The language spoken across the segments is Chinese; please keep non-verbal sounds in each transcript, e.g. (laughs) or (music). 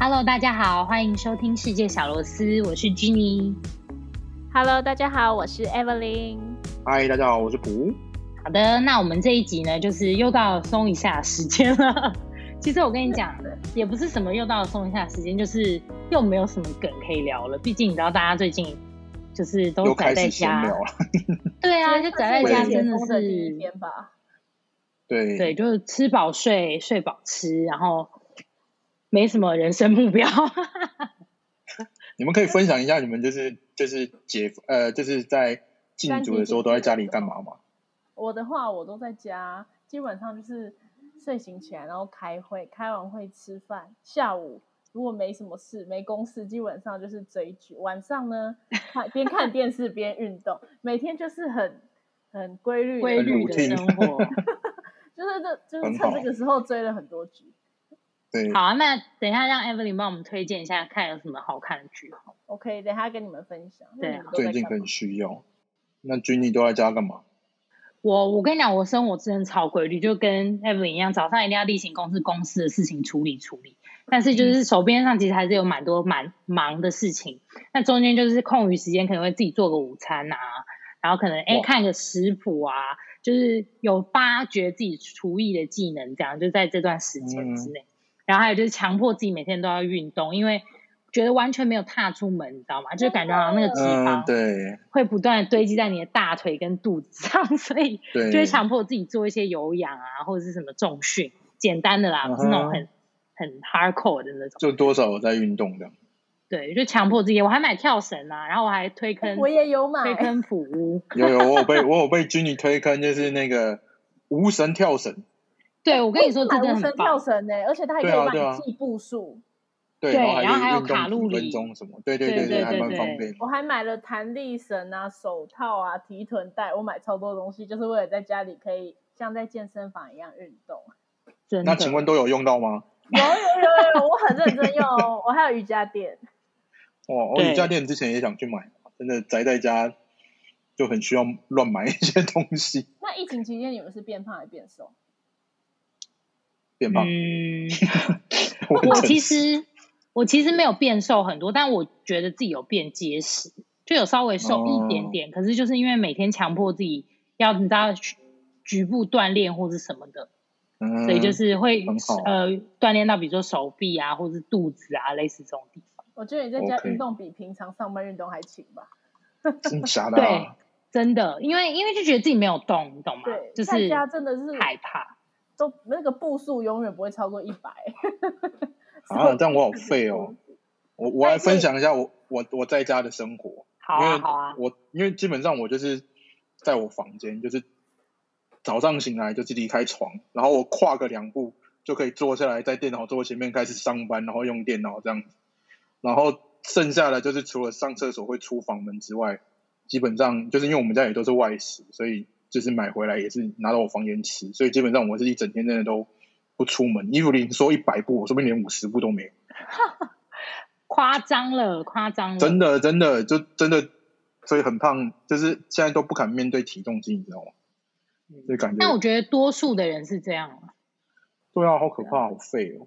Hello，大家好，欢迎收听《世界小螺丝》，我是 Jenny。 Hello，大家好，我是 Evelyn。嗨，大家好，我是普。好的，那我们这一集呢，就是又到松一下时间了。 (laughs) 其实我跟你讲，也不是什么又到松一下时间，就是又没有什么梗可以聊了。毕竟你知道，大家最近就是都又宅开在始闲家聊，了。 (laughs) 对啊，就宅在家解真的的第一是天吧。对对，就是吃饱睡，睡饱吃，然后没什么人生目标。 (laughs) 你们可以分享一下你们就是就是解呃就是在禁足的时候都在家里干嘛吗？我的话，我都在家，基本上就是睡醒起来，然后开会，开完会吃饭，下午。如果没什么事，没公事，基本上就是追剧。晚上 (laughs) 呢，看边看电视边运动，每天就是很很规律的，规律的 routine 生活。就是这就是很好趁这个时候追了很多剧。对，好啊，那等一下让 Evelyn 帮我们推荐一下，看有什么好看的剧好。 OK，等一下跟你们分享。那对你们都在最近干嘛很需要。那君妮都在家干嘛？我我跟你讲，我生活真的超规律，就跟 Evelyn 一样，早上一定要例行公事，公司的事情处理处理。但是嗯就是手边上其实还是有蛮多蛮忙的事情，那中间就是空余时间可能会自己做个午餐啊，然后可能哎、哇看个食谱啊，就是有发掘自己厨艺的技能，这样就在这段时间嗯之内。然后还有就是强迫自己每天都要运动，因为觉得完全没有踏出门，你知道吗？就感觉好像那个脂嗯，肪对会不断地堆积在你的大腿跟肚子上，所以对，就会强迫自己做一些有氧啊，或者是什么重训，简单的啦，嗯哼不是那种很很 hardcore 的那种。就多少有在运动的。对，就强迫自己。我还买跳绳啊，然后我还推坑，我也有买推，坑普屋。有有，我有被我有被君妮推坑，就是那个无绳跳绳。对，我跟你说，这买真的无绳很跳棒。绳呢、而且它还可对以啊对帮啊你记步数。对，对然然后后还有运动卡路几里分钟什么，对对对对还对蛮对方便的。我还买了弹力绳啊、手套啊、提臀带，我买超多东西，就是为了在家里可以像在健身房一样运动。真的那请问都有用到吗？有有有有，我很认真用哦，我还有瑜伽垫。哦，我对瑜伽垫之前也想去买，真的宅在家就很需要乱买一些东西，那疫情期间你们是变胖还是变瘦？变胖。嗯，我我啊 (laughs) 很其实我其实没有变瘦很多，但我觉得自己有变结实，就有稍微瘦一哦点点。可是就是因为每天强迫自己要你知道局局部锻炼或是什么的，嗯所以就是会很好啊呃锻炼到比如说手臂啊，或是肚子啊，类似这种地方。我觉得你在家 OK 运动比平常上班运动还勤吧？真的假的啊？真的，因为因为就觉得自己没有动，你懂吗对，？就是在家真的是害怕。都那个步数永远不会超过一百。 (laughs) 啊，但我好废哦。我我来分享一下我我我在家的生活，好因啊，为好啊，我因为基本上我就是在我房间，就是早上醒来就是离开床，然后我跨个两步就可以坐下来，在电脑桌前面开始上班，然后用电脑这样子。然后剩下的就是除了上厕所会出房门之外，基本上就是因为我们家也都是外食，所以就是买回来也是拿到我房间吃，所以基本上我是一整天真的都不出门。衣服里说一百步，我说不定连五十步都没有。夸张了，夸张了，真的真的就真的，所以很胖，就是现在都不敢面对体重机，你知道吗？就感觉但我觉得多数的人是这样啊对啊，好可怕，好废哦。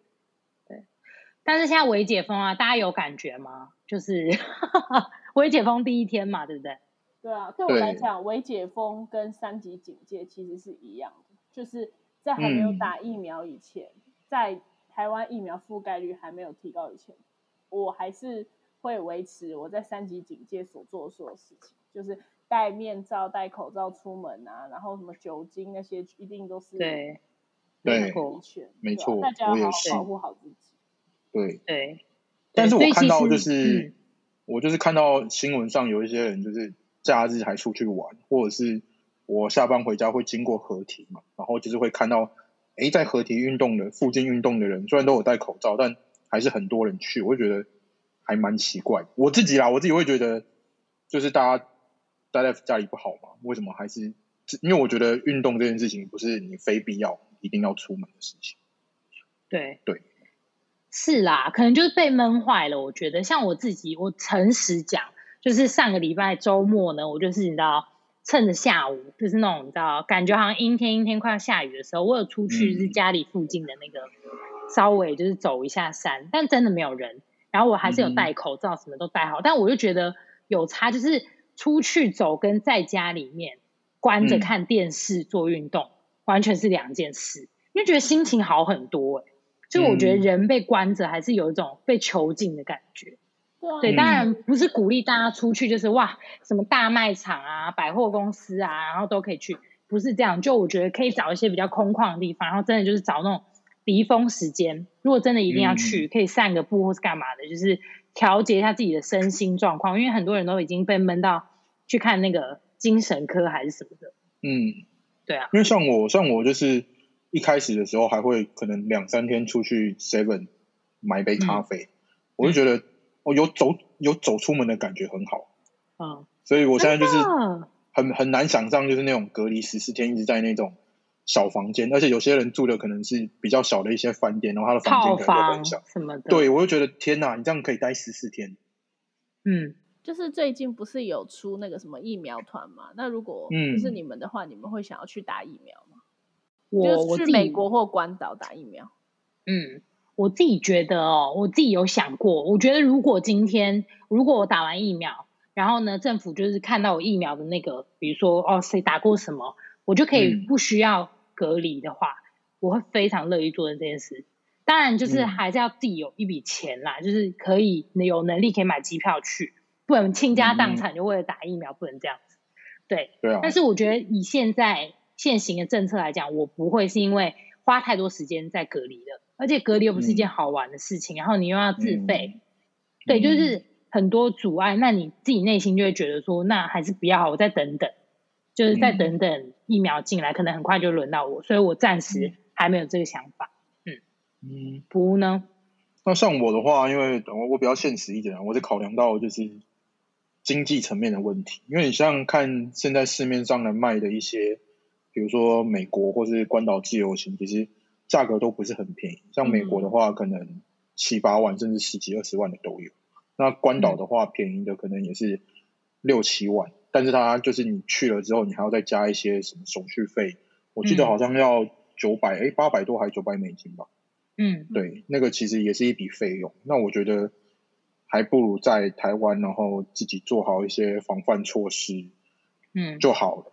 但是现在微解封啊，大家有感觉吗？就是 (laughs) 微解封第一天嘛，对不对？对啊，对我来对讲，微解封跟三级警戒其实是一样的，就是在还没有嗯打疫苗以前，在台湾疫苗覆盖率还没有提高以前，我还是会维持我在三级警戒所做的所有事情，就是戴面罩、戴口罩出门啊，然后什么酒精那些一定都是对对错安全，没错对啊大家要我也好是好保护好自己。对，对，但是我所以其看到实就是，嗯我就是看到新闻上有一些人就是假日还出去玩，或者是我下班回家会经过河堤嘛，然后就是会看到，诶，在河堤运动的附近运动的人，虽然都有戴口罩，但还是很多人去，我就觉得还蛮奇怪。我自己啦，我自己会觉得，就是大家待在家里不好嘛，为什么还是？因为我觉得运动这件事情不是你非必要一定要出门的事情。对对，是啦，可能就是被闷坏了。我觉得，像我自己，我诚实讲，就是上个礼拜周末呢，我就是你知道，趁着下午，就是那种你知道，感觉好像阴天阴天快要下雨的时候，我有出去嗯就是家里附近的那个稍微就是走一下山，但真的没有人。然后我还是有戴口罩，什么都戴好，嗯但我就觉得有差，就是出去走跟在家里面关着嗯看电视、做运动，完全是两件事，因为觉得心情好很多、欸。所以我觉得嗯人被关着还是有一种被囚禁的感觉。对啊，对，嗯当然不是鼓励大家出去，就是哇，什么大卖场啊、百货公司啊，然后都可以去，不是这样。就我觉得可以找一些比较空旷的地方，然后真的就是找那种离峰时间。如果真的一定要嗯去，可以散个步或是干嘛的，就是调节一下自己的身心状况。因为很多人都已经被闷到去看那个精神科还是什么的，嗯，对啊，因为像我，像我就是一开始的时候还会可能两三天出去 Seven 买杯咖啡，嗯我就觉得哦有走有走出门的感觉很好，嗯，所以我现在就是真的啊很很难想象就是那种隔离十四天一直在那种小房间，而且有些人住的可能是比较小的一些饭店，然后他的房套间可能都房很小。什么的，，对，我就觉得天哪，你这样可以待十四天。嗯，就是最近不是有出那个什么疫苗团嘛？那如果嗯就是你们的话，你们会想要去打疫苗吗？我就我是自去美己国或关岛打疫苗。嗯，我自己觉得哦，我自己有想过，我觉得如果今天如果我打完疫苗，然后呢，政府就是看到我疫苗的那个，比如说哦谁打过什么，我就可以嗯不需要隔离的话，我会非常乐意做这件事。当然，就是嗯还是要自己有一笔钱啦，就是可以有能力可以买机票去，不能倾家嗯荡产就为了打疫苗，不能这样子。对，对啊，但是我觉得以现在现行的政策来讲，我不会是因为花太多时间在隔离了，而且隔离又不是一件好玩的事情，然后你又要自费，对，嗯就是很多阻碍，那你自己内心就会觉得说，那还是不要好，我再等等，就是再嗯等等疫苗进来，可能很快就轮到我，所以我暂时嗯还没有这个想法。嗯，不呢？那像我的话，因为我我比较现实一点啊，我是考量到就是经济层面的问题。因为你像看现在市面上能卖的一些，比如说美国或是关岛自由行，其实价格都不是很便宜。像美国的话，可能七八万甚至十几二十万的都有。那关岛的话，便宜的可能也是六七万，但是它就是你去了之后，你还要再加一些什么手续费，我记得嗯好像要九百哎八百多还九百美金吧。嗯，对，那个其实也是一笔费用。那我觉得还不如在台湾，然后自己做好一些防范措施嗯，就好了。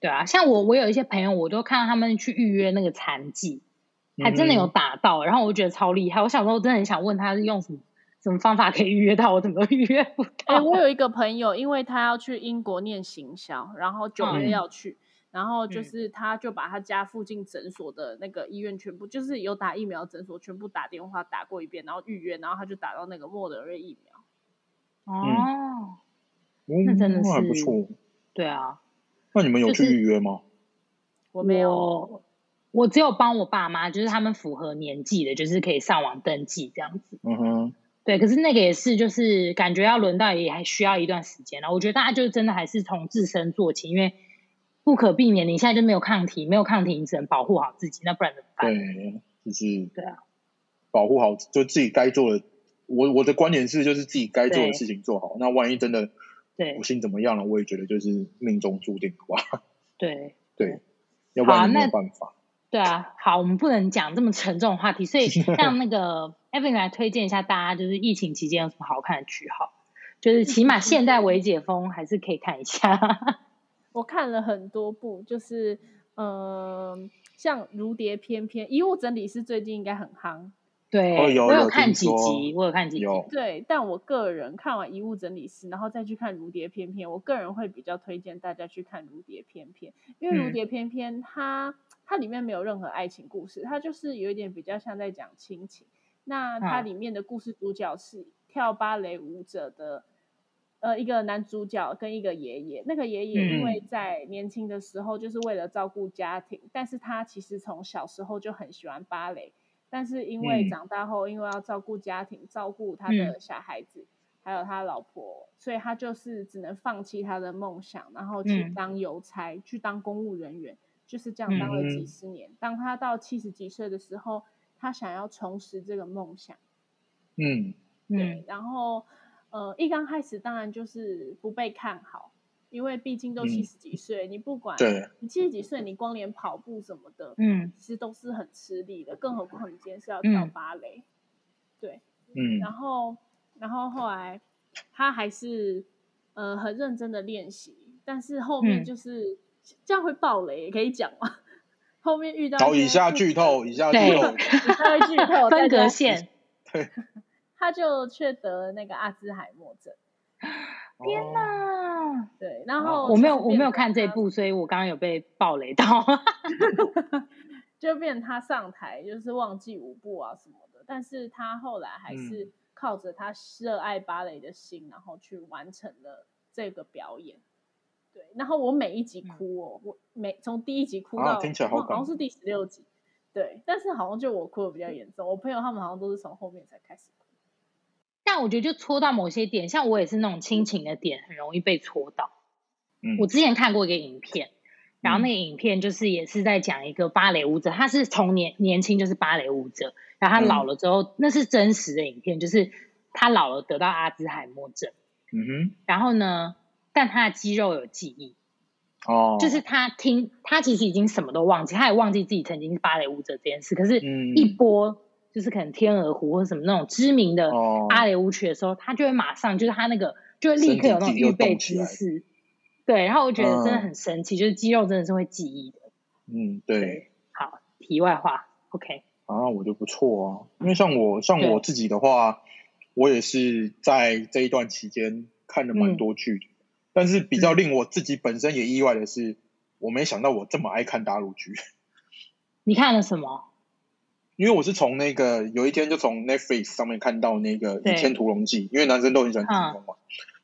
对啊，像我，我有一些朋友，我都看到他们去预约那个残疾，还真的有嗯打到，然后我觉得超厉害。我小时候真的很想问他是用什么什么方法可以预约到，我怎么都预约不哎、到。我有一个朋友，因为他要去英国念行销，然后九月嗯要去，然后就嗯是他就把他家附近诊所的那个医院全部，就是有打疫苗诊所全部打电话打过一遍，然后预约，然后他就打到那个莫德瑞疫苗。哦，嗯那真的那还是不错。对啊，那你们有去就是预约吗？我我没有，我只有帮我爸妈，就是他们符合年纪的，就是可以上网登记这样子。嗯哼，对，可是那个也是，就是感觉要轮到也还需要一段时间了。我觉得大家就真的还是从自身做起，因为不可避免，你现在就没有抗体，没有抗体，你只能保护好自己，那不然怎么办？对，就是对啊，保护好就自己该做的。我我的观点是，就是自己该做的对事情做好。那万一真的对不幸怎么样了，我也觉得就是命中注定，好吧？对。对，要不然你没那有办法。对啊，好，我们不能讲这么沉重的话题，所 (laughs) 以让那个 Evan 来推荐一下大家，就是疫情期间有什么好看的剧好，就是起码现在为解封还是可以看一下。 (laughs) 我看了很多部，就是嗯、像《如蝶翩翩》，遗物整理师最近应该很夯，对，哦有我有看听几说集，我有看几集。有，对，但我个人看完《遗物整理师》，然后再去看《如蝶翩翩》，我个人会比较推荐大家去看《如蝶翩翩》，因为《如嗯蝶翩翩》它它里面没有任何爱情故事，它就是有一点比较像在讲亲情。那它嗯里面的故事主角是跳芭蕾舞者的，呃，一个男主角跟一个爷爷。那个爷爷因为嗯在年轻的时候就是为了照顾家庭，但是他其实从小时候就很喜欢芭蕾，但是因为嗯长大后，因为要照顾家庭、照顾他的小孩子，还有他老婆，所以他就是只能放弃他的梦想，然后去嗯当邮差，去当公务人员，就是这样当了几嗯十年。当他到七十几岁的时候，他想要重拾这个梦想。嗯嗯对，然后呃，一刚开始当然就是不被看好，因为毕竟都嗯七十几岁，你不管对，你七十几岁，你光连跑步什么的，嗯其实都是很吃力的，更何况你今天是要嗯跳芭蕾。嗯然后，然后后来他还是呃很认真的练习，但是后面嗯就是、这样会爆雷，也可以讲吗？ (laughs) 后面遇到好，一些以下不剧可透，以下剧对透，以下剧 (laughs) 透，分大隔家线，他就却得了那个阿兹海默症。 (laughs) 天哦哪！对，然哦后我没有就是我变没有成看这他，部，所以我刚刚有被暴雷到。 (laughs) 就变成他上台就是忘记舞步啊什么的，但是他后来还嗯是靠着他热爱芭蕾的心，然后去完成了这个表演。对，然后我每一集哭哦，我每从第一集哭啊到嗯听起来好好像好像感是第十六集，对，但是好像就我哭的比较严重，我朋友他们好像都是从后面才开始哭。但我觉得就戳到某些点，像我也是那种亲情的点，很容易被戳到。嗯我之前看过一个影片，然后那个影片就是也是在讲一个芭蕾舞者，他是从年年轻就是芭蕾舞者，然后他嗯老了之后，那是真实的影片，就是他老了得到阿兹海默症，嗯然后呢，但他的肌肉有记忆，哼，哦，就是他听他其实已经什么都忘记，他也忘记自己曾经是芭蕾舞者这件事，可是，嗯一波。就是可能天鹅湖或者什么那种知名的哦，芭蕾舞曲的时候，他就会马上就是他那个就会立刻有那种预备姿势，对，然后我觉得真的很神奇，就是肌肉真的是会记忆的。嗯，对，好，题外话，OK，啊，我觉得不错啊，因为像我像对我自己的话，我也是在这一段期间看了蛮嗯多剧的，但是比较嗯令我自己本身也意外的是，我没想到我这么爱看大陆剧， (laughs) 你看了什么？因为我是从那个有一天就从 Netflix 上面看到那个《对倚天屠龙记》，因为男生都很喜嗯欢金庸嘛，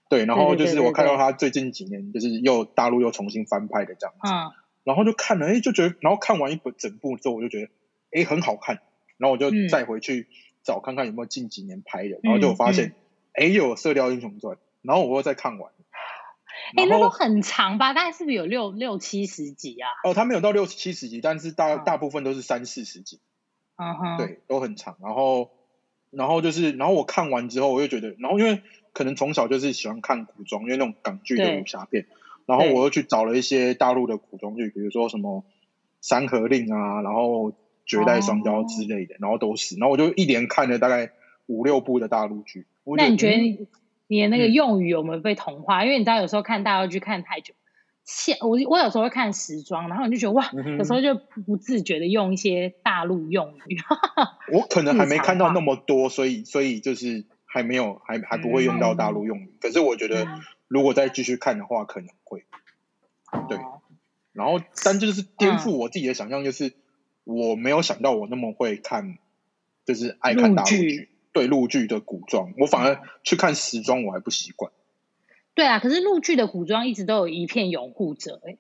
对，然后对对就对是对我看到对他最近几年就是又大陆又重新翻拍的这样子，嗯然后就看了，哎，就觉得，然后看完一本整部之后，我就觉得，哎，很好看，然后我就嗯再回去找看看有没有近几年拍的，然后就发嗯现，哎、又有《射雕英雄传》，然后我又再看完，哎、然那后、都很长吧？大概是不是有六六七十集啊？哦，它没有到六七十集，但是大、嗯大部分都是三四十集，嗯哼，，对，都很长。然后，然后就是，然后我看完之后，我就觉得，然后因为可能从小就是喜欢看古装，因为那种港剧的对武侠片，然后对我又去找了一些大陆的古装剧，比如说什么《山河令》啊，然后《绝代双哦骄》之类的，然后都是，然后我就一连看了大概五六部的大陆剧。我那你觉得嗯你你的那个用语有没有被同化？因为你知道有时候看大陆剧看太久，现我我有时候会看时装，然后你就觉得哇，嗯哼有时候就不自觉的用一些大陆用语。我可能还没看到日常化那么多，所以所以就是还没有还还不会用到大陆用语。可是我觉得嗯如果再继续看的话，可能会。对哦然后，但这就是颠覆嗯我自己的想象，就是、我没有想到我那么会看，就是爱看大陆陆剧，剧对陆剧的古装，我反而去看时装我还不习惯。对啊，可是陆剧的古装一直都有一片拥护者、欸，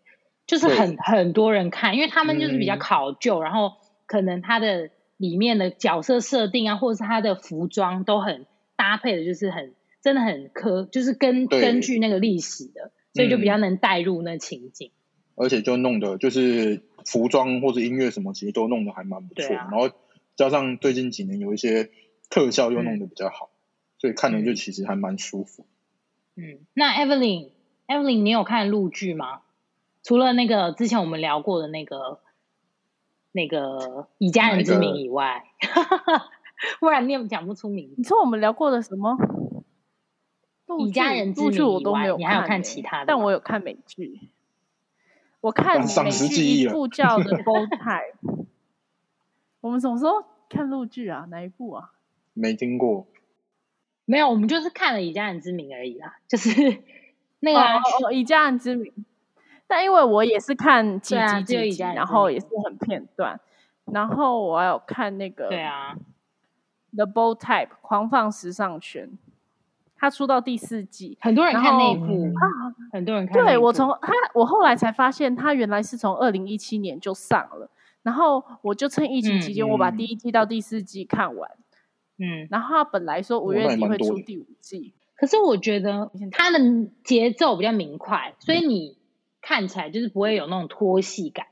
就是对很很多人看，因为他们就是比较嗯考究，然后可能他的里面的角色设定啊，或者是他的服装都很搭配的，就是很真的很科，就是根对根据那个历史的，所以就比较嗯能带入那情景。而且就弄得就是服装或者音乐什么，其实都弄得还蛮不错的。对啊然后加上最近几年有一些特效又弄得比较好，所以看了就其实还蛮舒服。嗯，那 Evelyn，Evelyn，你有看陆剧吗？除了那个之前我们聊过的那个那个以家哪人一之个名以外， (laughs) 不然你也讲不出名字你说我们聊过的什么？陆以家人之陆剧名我以都外没有你看、还欸，有看其他的但吗我有看美剧。我看哇啊丧美失剧记忆一了部叫《The (laughs) Bold Type》。我们什么时候看陆剧啊？哪一部啊？没听过，没有，我们就是看了《以家人之名》而已啦，就是 (laughs) 那个啊、哦哦哦，以家人之名。但因为我也是看几对啊集只有几以集，家人然之后名也是很片段，然后我还有看那个对啊， The Bold Type》狂放时尚圈，它出到第四季很多人看那一然后部，啊。很多人看那一对部。我从他，我后来才发现他原来是从二零一七年就上了，然后我就趁疫情期间，我把嗯嗯第一季到第四季看完，嗯，然后他本来说五哦那月也底蛮会多出的第五季，可是我觉得它的节奏比较明快，所以你看起来就是不会有那种拖戏感，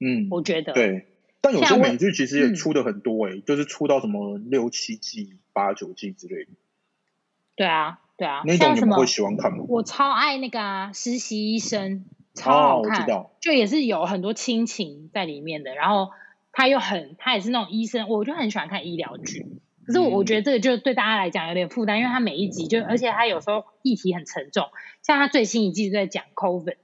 嗯，我觉得。对。但有些像我美剧其实也嗯出的很多诶、就是出到什么六七季、八九季之类的。对啊，对啊，那种像你什们么会喜欢看吗？我超爱那个啊，实习医生超好哦我看，知道就也是有很多亲情在里面的，然后他又很，他也是那种医生，我就很喜欢看医疗剧。可嗯是我我觉得这个就对大家来讲有点负担，因为他每一集就，而且他有时候议题很沉重，像他最新一季就在讲 COVID，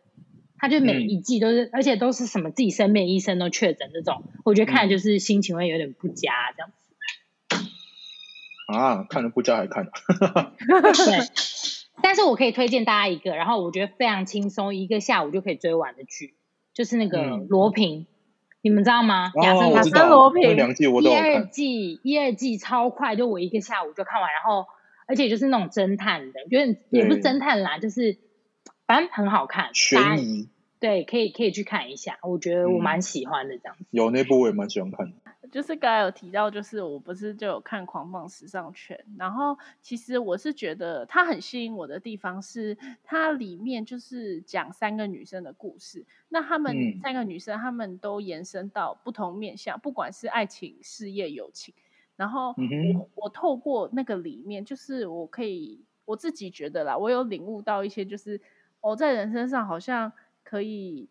他就每嗯一季都是，而且都是什么自己身边的医生都确诊这种，我觉得嗯看了就是心情会有点不佳这样子。啊，看了不加 (laughs) 还看、啊， (laughs) 对，但是我可以推荐大家一个，然后我觉得非常轻松，一个下午就可以追完的剧，就是那个嗯罗平，你们知道吗？亚哦，瑟我罗知平亚瑟道罗那平两季我都一有二看，季，一二季超快，就我一个下午就看完，然后而且就是那种侦探的，有点也不是对侦探啦，就是反正很好看，大悬家疑对，可以可以去看一下，我觉得我嗯蛮喜欢的这样子。有那部我也蛮喜欢看的，就是刚才有提到，就是我不是就有看《狂放时尚圈》，然后其实我是觉得它很吸引我的地方是，它里面就是讲三个女生的故事，那她们嗯三个女生，她们都延伸到不同面向，不管是爱情、事业、友情，然后嗯哼我我透过那个里面，就是我可以我自己觉得啦，我有领悟到一些，就是我、哦、在人身上好像可以，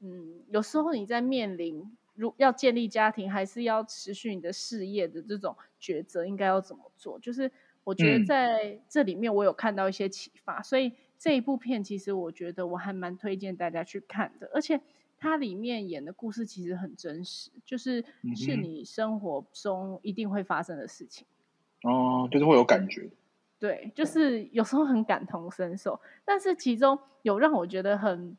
嗯，有时候你在面临如要建立家庭，还是要持续你的事业的这种抉择，应该要怎么做？就是我觉得嗯在这里面我有看到一些启发，所以这一部片其实我觉得我还蛮推荐大家去看的，而且。它里面演的故事其实很真实，就是是嗯哼你生活中一定会发生的事情。哦，就是会有感觉，对，就是有时候很感同身受，但是其中有让我觉得很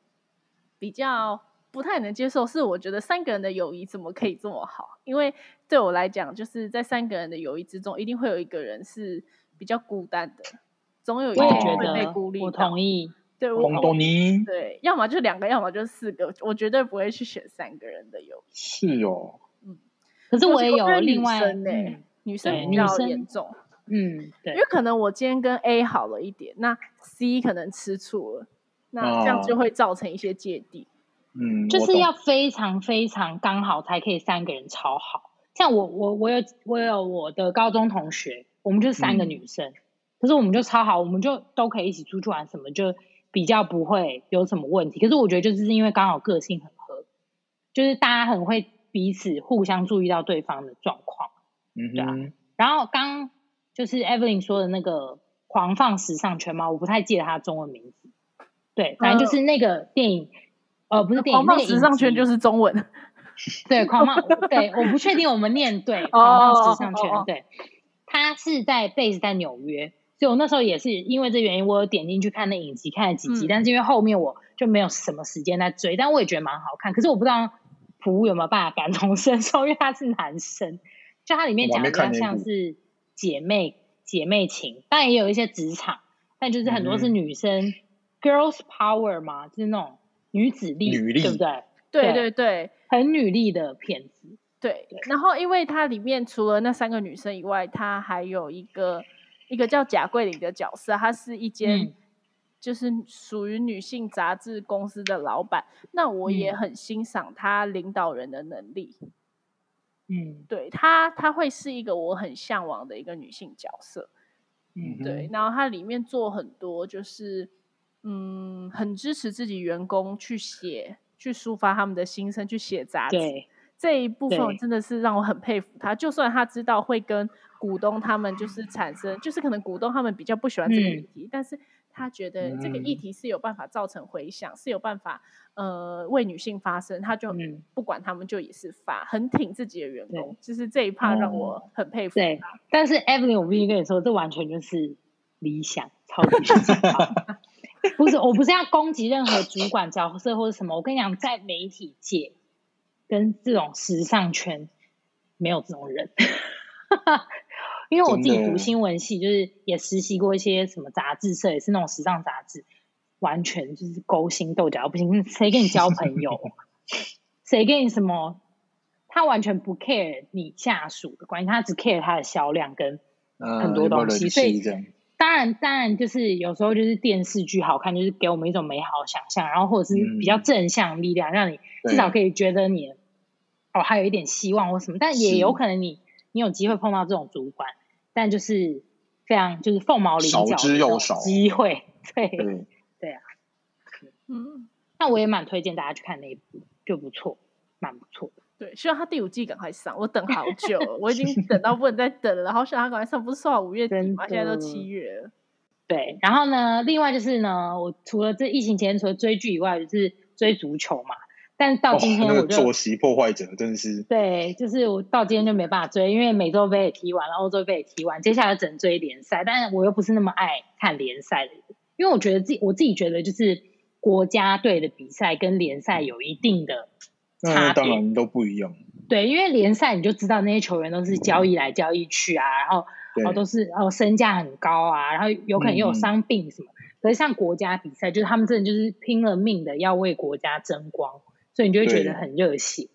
比较不太能接受，是我觉得三个人的友谊怎么可以这么好？因为对我来讲，就是在三个人的友谊之中，一定会有一个人是比较孤单的，总有一我个也人觉会被得孤立我到同意，对，我红豆泥对，要么就两个，要么就四个，我绝对不会去选三个人的友谊。是哦，可是尤我其也觉有得另女外生呢、欸嗯女生对比女较生严重。嗯因对为可能我今天跟 A 好了一点，那 C 可能吃醋了，那这样就哦会造成一些芥蒂。嗯，就我是懂要非常非常刚好才可以三个人超好。像我我我有我有我的高中同学，我们就三个嗯女生，可是我们就超好，我们就都可以一起出去玩，什么就比较不会有什么问题。可是我觉得就是因为刚好个性很合，就是大家很会彼此互相注意到对方的状况。嗯对啊哼，然后刚就是 Evelyn 说的那个狂放时尚圈嘛，我不太记得它中文名字。对，反正就是那个电影，呃，不是电影，狂放那个时影尚圈集就是中 (laughs) 文，对，狂放，对，我不确定我们念对，狂放时尚圈哦哦哦，对，他是在 base 在纽约，所以我那时候也是因为这原因，我有点进去看那影集，看了几集，嗯但是因为后面我就没有什么时间在追，但我也觉得蛮好看，可是我不知道普有没有办法感同身受，因为他是男生，就他里面我讲还没的比较看那一像部是姐妹姐妹情，但也有一些职场，但就是很多是嗯哼女生、girls power 嘛，就是那种女子力，女对力不对？对对对对很女力的片子。对。然后因为它里面除了那三个女生以外，它还有一个一个叫贾桂林的角色，她是一间嗯就是属于女性杂志公司的老板。那我也嗯很欣赏她领导人的能力，嗯对她她会是一个我很向往的一个女性角色。嗯哼对，，然后它里面做很多就是，嗯，很支持自己员工去写、去抒发他们的心声、去写杂志对，这一部分，我对真的是让我很佩服他。就算他知道会跟股东他们就是产生，就是可能股东他们比较不喜欢这嗯个议题，但是他觉得这个议嗯题是有办法造成回响，是有办法呃为女性发声，他就嗯不管他们就也是发，很挺自己的员对工，就是这一趴让哦我很佩服。对。但是 Evelyn，我必须跟你说，这完全就是理想，超级理想化。不是，我不是要攻击任何主管角色或者什么。我跟你讲，在媒体界跟这种时尚圈，没有这种人。 (laughs) 因为我自己真读的新闻系，就是也实习过一些什么杂志社，也是那种时尚杂志，完全就是勾心斗角，不行，谁跟你交朋友？ (laughs) 谁跟你什么？他完全不 care 你下属的关系，他只 care 他的销量跟嗯很多有没有东西人所以气这样，当然，当然就是有时候就是电视剧好看，就是给我们一种美好的想象，然后或者是比较嗯正向力量，让你至对少可以觉得你哦还有一点希望或什么。但也是有可能你你有机会碰到这种主管，但就是非常就是凤毛麟角少之又的少机会。对，对，嗯， (laughs) 那我也蛮推荐大家去看那一部，就不错，蛮不错的。对，希望他第五季赶快上，我等好久了，我已经等到不能再等了，好想他赶快上，不是说好五月底真吗？现在都的七月了，对，然后呢，另外就是呢，我除了这疫情期间除了追剧以外，就是追足球嘛。但到哦今，天那我个就、作息破坏者真的是对，就是我到今天就没办法追，因为美洲杯也踢完了，欧洲杯也踢完，接下来只能追联赛。但我又不是那么爱看联赛的人，因为我觉得自己我自己觉得就是国家队的比赛跟联赛有一定的那差当别。然都不一样，对，因为联赛你就知道那些球员都是交易来交易去啊，然后对，嗯哦都是哦身价很高啊，然后有可能又有伤病什么。可是像国家比赛，就是他们真的就是拼了命的要为国家争光，所以你就会觉对得很热血。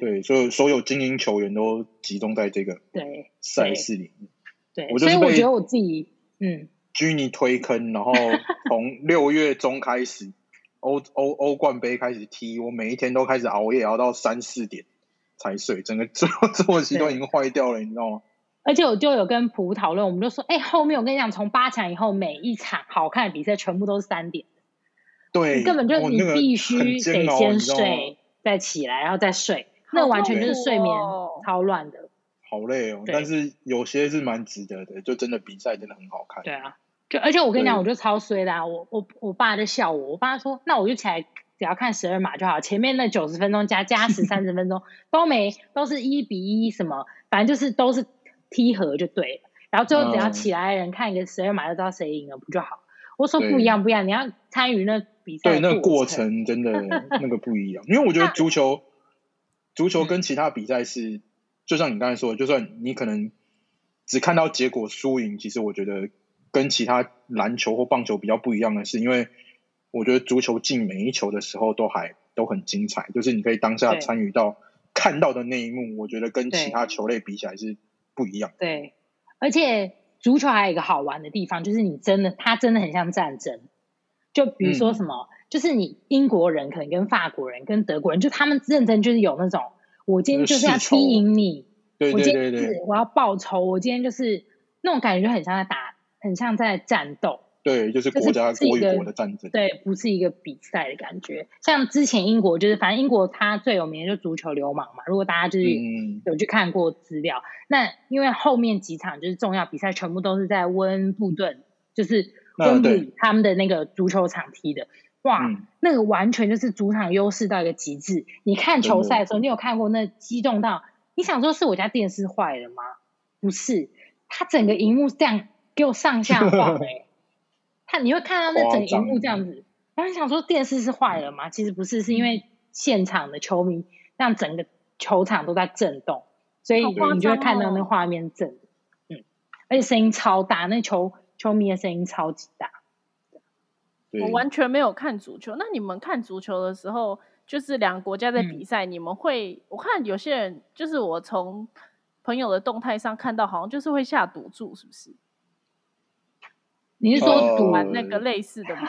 对，所有所有精英球员都集中在这个对赛事里面。对，我就所以是我被觉得我自己，嗯，居尼推坑，然后 (laughs) 从六月中开始，欧欧欧冠杯开始踢，我每一天都开始熬夜，熬到三四点才睡，整个 (laughs) 作作息都已经坏掉了，你知道吗？而且我就有跟普讨论，我们就说，哎、后面我跟你讲，从八强以后，每一场好看的比赛全部都是三点，对，根本就哦你那个必须很煎得熬先你知道吗睡，再起来，然后再睡，那好完痛全就是苦睡眠哦超乱的。好累哦。对但是有些是蛮值得的，就真的比赛真的很好看。对啊，就而且我跟你讲，对我就超衰的、啊，我我我爸就笑我，我爸说，那我就起来只要看十二码就好，前面那九十分钟加加时三十分 (laughs) 钟都没都是一比一什么，反正就是都是踢和就对了，然后最后只要嗯起来的人看一个十二码就知道谁赢了不就好？我说对不一样不一样，你要参与那比赛对，的那个过程，(laughs) 程真的那个不一样，因为我觉得足球，足嗯球跟其他比赛是，就像你刚才说的，就算你可能只看到结果输赢，其实我觉得跟其他篮球或棒球比较不一样的是，因为我觉得足球进每一球的时候都还都很精彩，就是你可以当下对参与到看到的那一幕，我觉得跟其对他球类比起来是不一样的。对，而且足球还有一个好玩的地方，就是你真的，它真的很像战争。就比如说嗯什么，就是你英国人可能跟法国人、跟德国人，就他们认真就是有那种，我今天就是要世仇踢赢你，对对对我今天就是对我要报仇，我今天就是那种感觉，就很像在打，很像在战斗。对，就是就是国家是一国与个国的战争。对，不是一个比赛的感觉。像之前英国就是，反正英国它最有名的就是足球流氓嘛。如果大家就是嗯有去看过资料，那因为后面几场就是重要比赛，全部都是在温布顿，就是啊温布对里他们的那个足球场踢的。哇，嗯，那个完全就是主场优势到一个极致。你看球赛的时候，你有看过那激动到你想说是我家电视坏了吗？不是，它整个荧幕这样给我上 (laughs) 下晃哎、它你会看到那整个荧幕这样子，然后你想说电视是坏了吗？其实不是，是因为现场的球迷让整个球场都在震动，所以好夸你就会张看到那哦画面震，嗯，而且声音超大，那球球迷的声音超级大。对我完全没有看足球。那你们看足球的时候，就是两个国家在比嗯赛，你们会我看有些人就是我从朋友的动态上看到，好像就是会下赌注，是不是？你是说呃赌、玩那个类似的吗？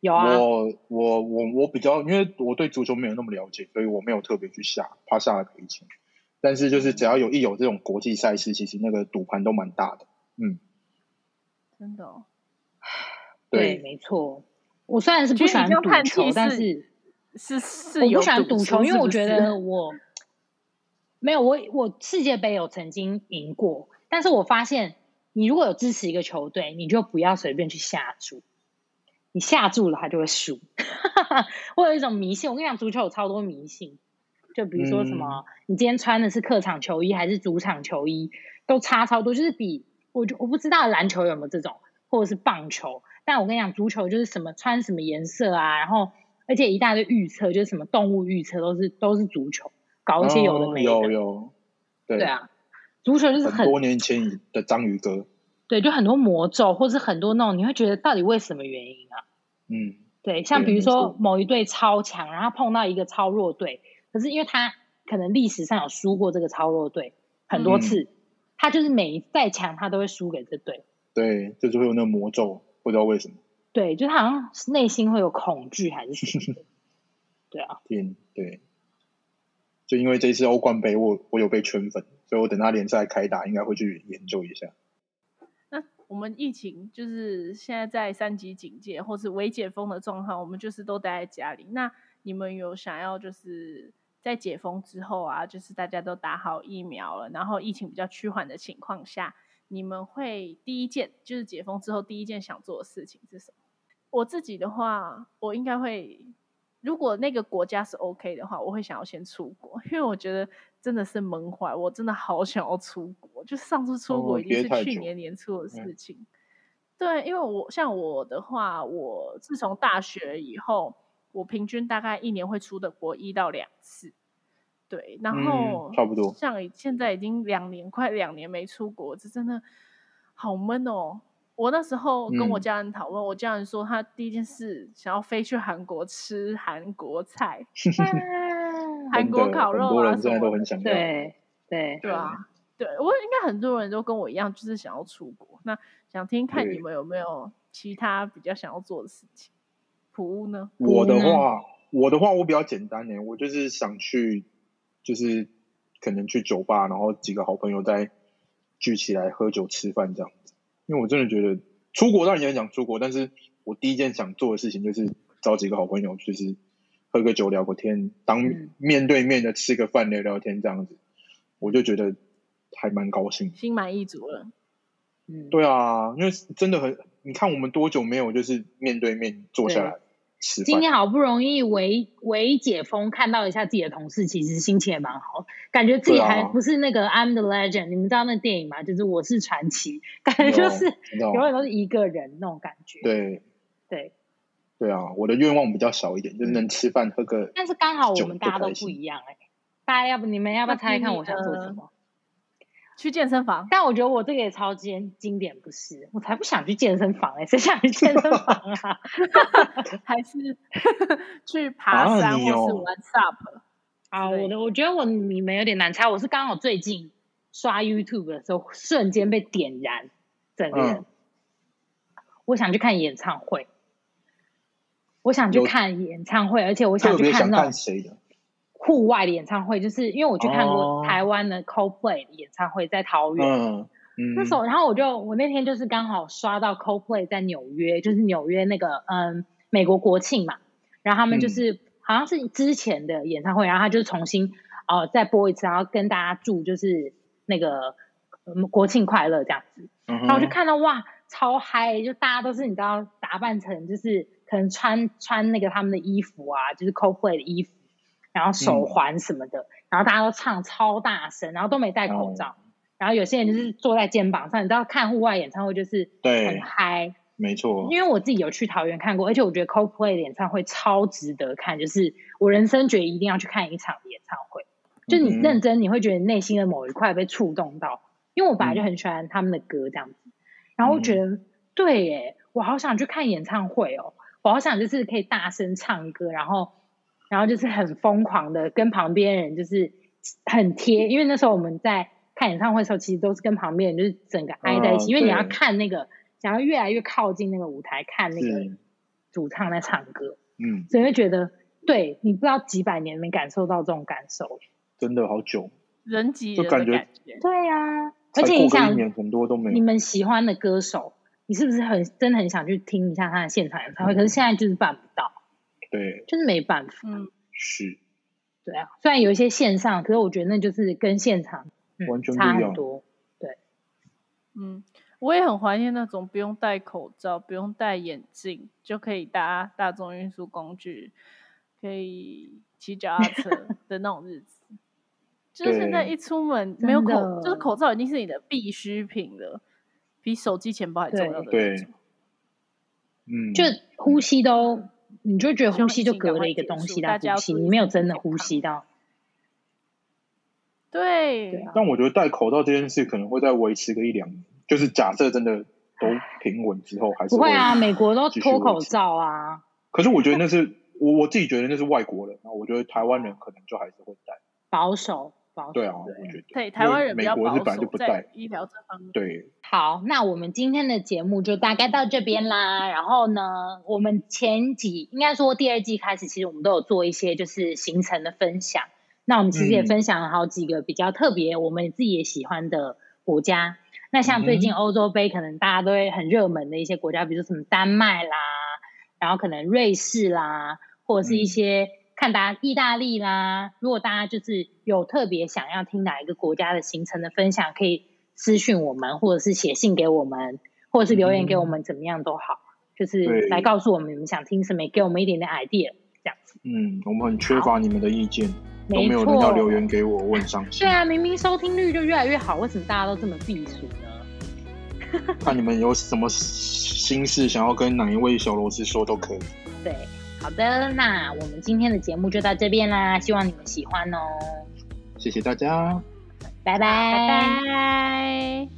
有啊？我我我我比较，因为我对足球没有那么了解，所以我没有特别去下，怕下来赔钱。但是就是只要有一有这种国际赛事，其实那个赌盘都蛮大的。真的、哦，对，对，没错。我虽然是其不实喜你欢这样赌叹球气，但是是是是我有不喜欢赌赌输球，因为是我不觉是 (laughs) 得我没有我我世界杯有曾经赢过，但是我发现你如果有支持一个球队，你就不要随便去下注，你下注了他就会输。 (laughs) 我有一种迷信，我跟你讲，足球有超多迷信，就比如说什嗯么，你今天穿的是客场球衣还是主场球衣，都差超多，就是比我就我不知道篮球有没有这种，或者是棒球，但我跟你讲，足球就是什么穿什么颜色啊，然后而且一大堆预测，就是什么动物预测都是都是足球，搞一些有的哦没的，有有，对对，啊，足球就是很很多年前的章鱼哥，对，就很多魔咒，或是很多那种，你会觉得到底为什么原因啊？嗯，对，像对比如没说错某一队超强，然后碰到一个超弱队，可是因为他可能历史上有输过这个超弱队很多嗯次，他就是每一再强他都会输给这队。对，就是会有那个魔咒，不知道为什么，对，就是好像是内心会有恐惧还是什么 (laughs) 的对啊，天，对，就因为这次欧冠杯我我有被圈粉，所以我等他联赛开打应该会去研究一下。那我们疫情就是现在在三级警戒或是未解封的状况，我们就是都待在家里。那你们有想要就是在解封之后啊，就是大家都打好疫苗了，然后疫情比较趋缓的情况下，你们会第一件就是解封之后第一件想做的事情是什么？我自己的话，我应该会，如果那个国家是 OK 的话，我会想要先出国，因为我觉得真的是闷坏，我真的好想要出国。就上次出哦国已经憋太是去久嗯年年初的事情。对，因为我像我的话，我自从大学以后，我平均大概一年会出的国一到两次。对，然后、嗯差不多像以现在已经两年，快两年没出国，这真的好闷哦。我那时候跟我嗯家人讨论，我家人说他第一件事想要飞去韩国吃韩国 (laughs) 菜，啊韩真国的烤肉很多啊人什现在么都的很想要。 (laughs) 对对，对嗯啊，对我应该很多人都跟我一样，就是想要出国。那想听看你对们有没有其他比较想要做的事情？普屋呢？我的你呢话，我的话我比较简单呢、欸我就是想去，就是可能去酒吧，然后几个好朋友再聚起来喝酒吃饭这样子。因为我真的觉得出国，当然也很想出国，但是我第一件想做的事情就是找几个好朋友，就是喝个酒聊个天，当嗯面对面的吃个饭聊聊天这样子，我就觉得还蛮高兴的。心满意足了。嗯，对啊，因为真的很，你看我们多久没有就是面对面坐下来吃今饭？天好不容易为为解封，看到一下自己的同事，其实心情也蛮好，感觉自己对啊还不是那个 I'm the Legend，你们知道那电影吗？就是我是传奇，感觉有就是知道永远都是一个人那种感觉。对对，对啊，我的愿望比较小一点，就是能吃饭喝个。但是刚好我酒们就大家都开不心一样哎、大家要不你们要不要那猜猜看 Kimi 我想做什呢么？去健身房，但我觉得我这个也超经经典，不是？我才不想去健身房哎、谁想去健身房啊？还 (laughs) 是去爬啊山，你或是哦玩 SUP？啊，之类我的我觉得我你们有点难猜，我是刚好最近刷 YouTube 的时候，瞬间被点燃，整个人。嗯我想去看演唱会，我想去有看演唱会，而且我特想去别想看那看种谁的？户外的演唱会，就是因为我去看过哦台湾的 Coldplay 的演唱会，在桃园。嗯嗯，那时候，然后我就我那天就是刚好刷到 Coldplay 在纽约，就是纽约那个嗯美国国庆嘛，然后他们就是、好像是之前的演唱会，然后他就重新呃再播一次，然后跟大家祝就是那个、嗯、国庆快乐这样子。嗯哼，然后我就看到哇，超嗨！就大家都是你知道打扮成就是可能穿穿那个他们的衣服啊，就是 cosplay 的衣服，然后嗯手环什么的，然后大家都唱超大声，然后都没戴哦口罩，然后有些人就是坐在肩膀上，你知道看户外演唱会就是很对，嗨。没错，因为我自己有去桃园看过，而且我觉得 cosplay 的演唱会超值得看，就是我人生觉得一定要去看一场演唱会。就你嗯哼认真，你会觉得你内心的某一块被触动到，因为我本嗯来就很喜欢他们的歌这样子，然后我觉得对耶，我好想去看演唱会哦，我好想就是可以大声唱歌，然后然后就是很疯狂的跟旁边人就是很贴，因为那时候我们在看演唱会的时候，其实都是跟旁边人就是整个挨在一起，啊因为你要对看那个，想要越来越靠近那个舞台看那个是主唱在唱歌，嗯，所以会觉得对你不知道几百年没感受到这种感受。真的好久，人挤就人感的觉感觉。对呀、才而且你过个一想，年，很多都没你有。们喜欢的歌手，你是不是很真的很想去听一下他的现场演唱会？可是现在就是办不到，对，就是没办法。嗯，是对啊，虽然有一些线上，可是我觉得那就是跟现场、嗯完全不一差样很多。嗯，我也很怀念那种不用戴口罩、不用戴眼镜就可以搭大众运输工具，可以骑脚踏 (laughs) 车的那种日子。就是现在对一出门没有真口，就是的口罩已经是你的必需品了，比手机、钱包还重要的那对种。嗯，就呼吸都，你就觉得希望呼吸疫就情隔赶快了一个结东束西大在家要呼吸，注意你没有身体真的健呼康吸到。对对啊但我觉得戴口罩这件事可能会再维持个一两年，就是假设真的都平稳之后，还是不会啊，美国都继续脱维口持罩啊。可是我觉得那是我我自己觉得那是外国人，然后我觉得台湾人可能就还是会戴。保守，保守。对啊，我觉得对，台湾人比美较国保是本来就守，不在戴。医疗这方面。对，好，那我们今天的节目就大概到这边啦。然后呢，我们前几应该说第二季开始，其实我们都有做一些就是行程的分享。那我们其实也嗯分享了好几个比较特别，我们自己也喜欢的国家。那像嗯最近欧洲杯，可能大家都会很热门的一些国家，比如说什么丹麦啦，然后可能瑞士啦，或者嗯是一些、看大家意大利啦。如果大家就是有特别想要听哪一个国家的行程的分享，可以私讯我们，或者是写信给我们，或者是留言给我们，怎么样都好，就是嗯对来告诉我们你们想听什么，也给我们一点点 idea。嗯，我们很缺乏你们的意见，都没没有人要错，留言给我，我很伤心对。啊，明明收听率就越来越好，为什么大家都这么避暑呢？看你们有什么心事想要跟哪一位小螺丝说都可以。对，好的，那我们今天的节目就到这边啦，希望你们喜欢哦，谢谢大家。拜拜，拜拜。